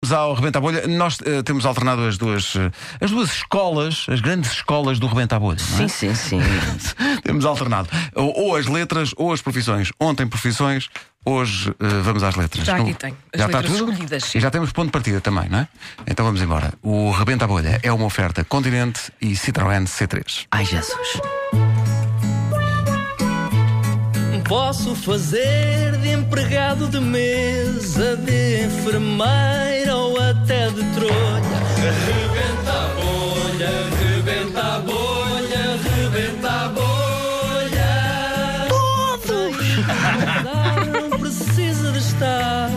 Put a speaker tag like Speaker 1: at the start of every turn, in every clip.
Speaker 1: Bem-vindos ao Rebenta a Bolha. Nós eh, temos alternado as duas, eh, as duas escolas, as grandes escolas do Rebenta a Bolha. não é?
Speaker 2: Sim, sim, sim.
Speaker 1: temos alternado. Ou, ou as letras ou as profissões. Ontem, profissões. Hoje eh, vamos às letras.
Speaker 3: Já aqui
Speaker 1: Não-
Speaker 3: tenho. As
Speaker 1: Já está
Speaker 3: letras
Speaker 1: tudo?
Speaker 3: escolhidas.
Speaker 1: E já temos ponto de partida também, não é? Então vamos embora. O Rebenta a Bolha é uma oferta Continente e Citroën C3.
Speaker 2: Ai, Jesus.
Speaker 4: Posso fazer de empregado de mesa, de enfermeira ou até de trolha. Rebenta a bolha, rebenta a bolha, rebenta a bolha. Todos! Não precisa de estar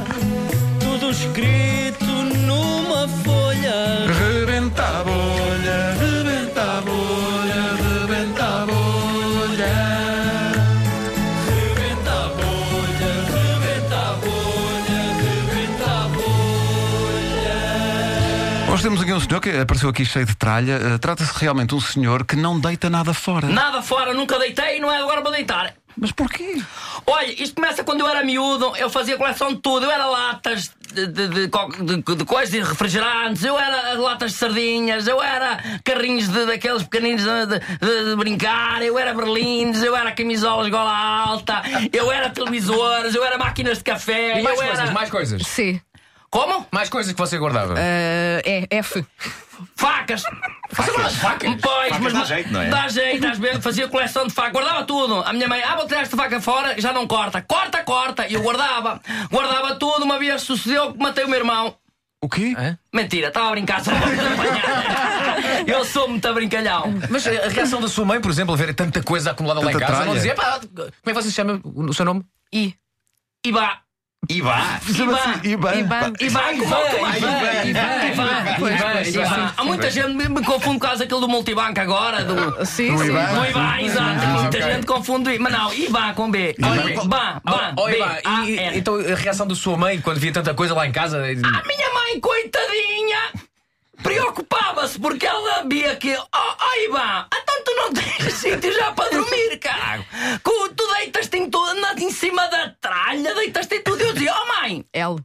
Speaker 4: tudo escrito numa folha.
Speaker 1: Rebenta a Bolha.
Speaker 4: Rebenta a bolha, rebenta a bolha. Rebenta a bolha, rebenta a bolha, rebenta a bolha.
Speaker 1: Hoje temos aqui um senhor que apareceu aqui cheio de tralha. Eh, Trata-se realmente de um senhor que não deita nada fora.
Speaker 4: Nada fora, nunca deitei e não é agora para deitar.
Speaker 1: Mas porquê?
Speaker 4: Olha, isto começa quando eu era miúdo, eu fazia coleção de tudo. Eu era latas de, de, de, co- de- de coisas, de refrigerantes, eu era latas de sardinhas, eu era carrinhos de, daqueles pequeninos de, de- de brincar, eu era berlindes, eu era camisolas gola alta, eu era televisores, eu era máquinas de café,
Speaker 5: E mais
Speaker 4: eu era.
Speaker 5: coisas, mais coisas.
Speaker 3: C.
Speaker 4: Como?
Speaker 5: Mais coisas que você guardava.
Speaker 3: Ah, é, F.
Speaker 4: Facas! Facas,
Speaker 5: facas.
Speaker 4: Pois, mas
Speaker 6: dá jeito, não é?
Speaker 4: Dá jeito, às vezes fazia coleção de facas, guardava tudo. A minha mãe, ah, vou tirar esta faca fora, já não corta. Corta, corta! E eu guardava. Guardava tudo. Uma vez sucedeu que matei o meu irmão.
Speaker 1: O quê?
Speaker 4: Mentira, estava a brincar, só para apanhar. Eu sou muito brincalhão.
Speaker 5: Mas a a reação da sua mãe, por exemplo, a ver tanta coisa acumulada lá em
Speaker 1: Tanta
Speaker 5: casa, não
Speaker 1: tralha.
Speaker 5: dizia, pá, como é que você se chama o seu nome?
Speaker 3: I.
Speaker 4: E vá.
Speaker 6: E vá.
Speaker 1: Chama-se Iban.
Speaker 3: Iban.
Speaker 4: E vá, como é que vai?
Speaker 6: Ivan,
Speaker 4: E vá, e vá.
Speaker 3: Pois,
Speaker 5: Ivan,
Speaker 3: pois,
Speaker 4: E
Speaker 3: sim,
Speaker 5: Ivan.
Speaker 4: vá.
Speaker 3: sim.
Speaker 4: Há muita gente me me confunde com causa aquele do multibanco agora, do.
Speaker 3: Sim,
Speaker 1: Do
Speaker 3: sim.
Speaker 1: Ivan.
Speaker 4: Do Ivan, exato.
Speaker 5: Ah,
Speaker 4: Muita
Speaker 5: ok.
Speaker 4: gente confunde. Mas não, Ivan com B. Olha, Ban, Ban,
Speaker 5: Oh,
Speaker 4: B.
Speaker 5: Ivan,
Speaker 4: A,
Speaker 5: e- e-
Speaker 4: N.
Speaker 5: então a reação da sua mãe quando via tanta coisa lá em casa.
Speaker 4: A minha mãe, coitadinha, preocupava-se porque ela via que. Oh, oh Ivan, então tu não tens sítio já para dormir, caralho. Que Tu deitas-te em, tudo, na- em cima da tralha, deitas-te em tudo. Eu dizia, oh mãe,
Speaker 3: L.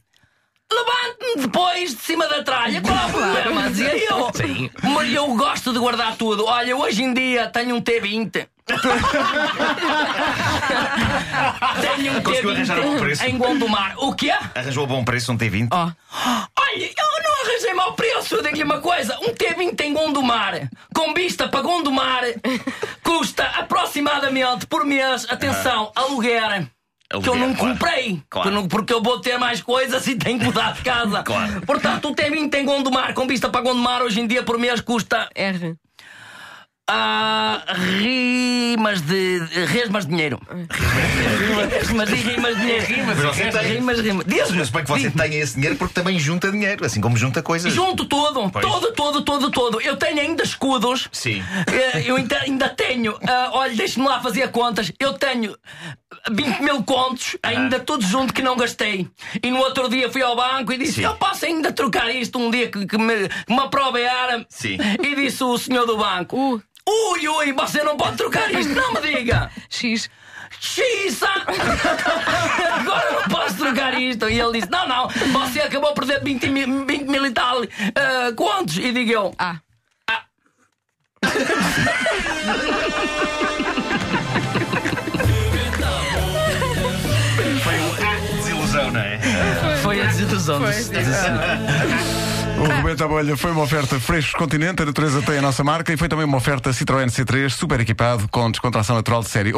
Speaker 4: Levante-me depois de cima da tralha, qual é o problema? Dizia eu.
Speaker 5: Sim.
Speaker 4: Mas eu gosto de guardar tudo. Olha, hoje em dia tenho um T20. tenho um
Speaker 6: Conseguiu arranjar algum
Speaker 4: T20
Speaker 6: preço?
Speaker 4: em Gondomar. O quê?
Speaker 6: Arranjou a bom preço um T20?
Speaker 3: O.
Speaker 4: Olha, eu não arranjei mau preço. Eu digo-lhe uma coisa: um T20 em Gondomar, com vista para Gondomar, custa aproximadamente por mês, atenção, aluguer. que eu
Speaker 6: Ah. Aluguer,
Speaker 4: não
Speaker 6: claro.
Speaker 4: comprei.
Speaker 6: Claro.
Speaker 4: Que eu não- porque eu vou ter mais coisas e tenho que mudar de casa.
Speaker 6: Claro.
Speaker 4: Portanto, o T20 em Gondomar, um com vista para Gondomar, hoje em dia por mês custa.
Speaker 3: R.
Speaker 4: ah, rimas de. Resmas de dinheiro. Resmas e rimas de dinheiro. Rimas,
Speaker 6: você tem.
Speaker 4: rimas, rimas.
Speaker 6: Mas eu
Speaker 4: Diz-me.
Speaker 6: suponho que você tenha esse dinheiro porque também junta dinheiro, assim como junta coisas.
Speaker 4: Junto todo, todo, todo, todo, todo. Eu tenho ainda escudos.
Speaker 6: Sim.
Speaker 4: Eh, Eu ainda, ainda tenho. ah, olha, deixe-me lá fazer contas. Eu tenho 20 mil contos,
Speaker 6: Ah.
Speaker 4: ainda tudo junto que não gastei. E no outro dia fui ao banco e disse:
Speaker 6: Sim.
Speaker 4: Eu posso ainda trocar isto um dia que, que me, que me aprovear.
Speaker 6: Sim.
Speaker 4: E disse o senhor do banco:
Speaker 3: U.
Speaker 4: Ui, ui, você não pode trocar isto, não me diga!
Speaker 3: X.
Speaker 4: Xisa! Agora não posso trocar isto. E ele disse: Não, não, você acabou por perder 20 mil, 20 mil e tal ah, contos. E digo eu:
Speaker 3: A.
Speaker 6: Foi um ah, desilusão, não é?
Speaker 4: Foi a desilusão dos
Speaker 1: O Rebenta a Bolha foi uma oferta Freixos Continente, a natureza tem a nossa marca e foi também uma oferta Citroën C3, super equipado, com descontração natural de série.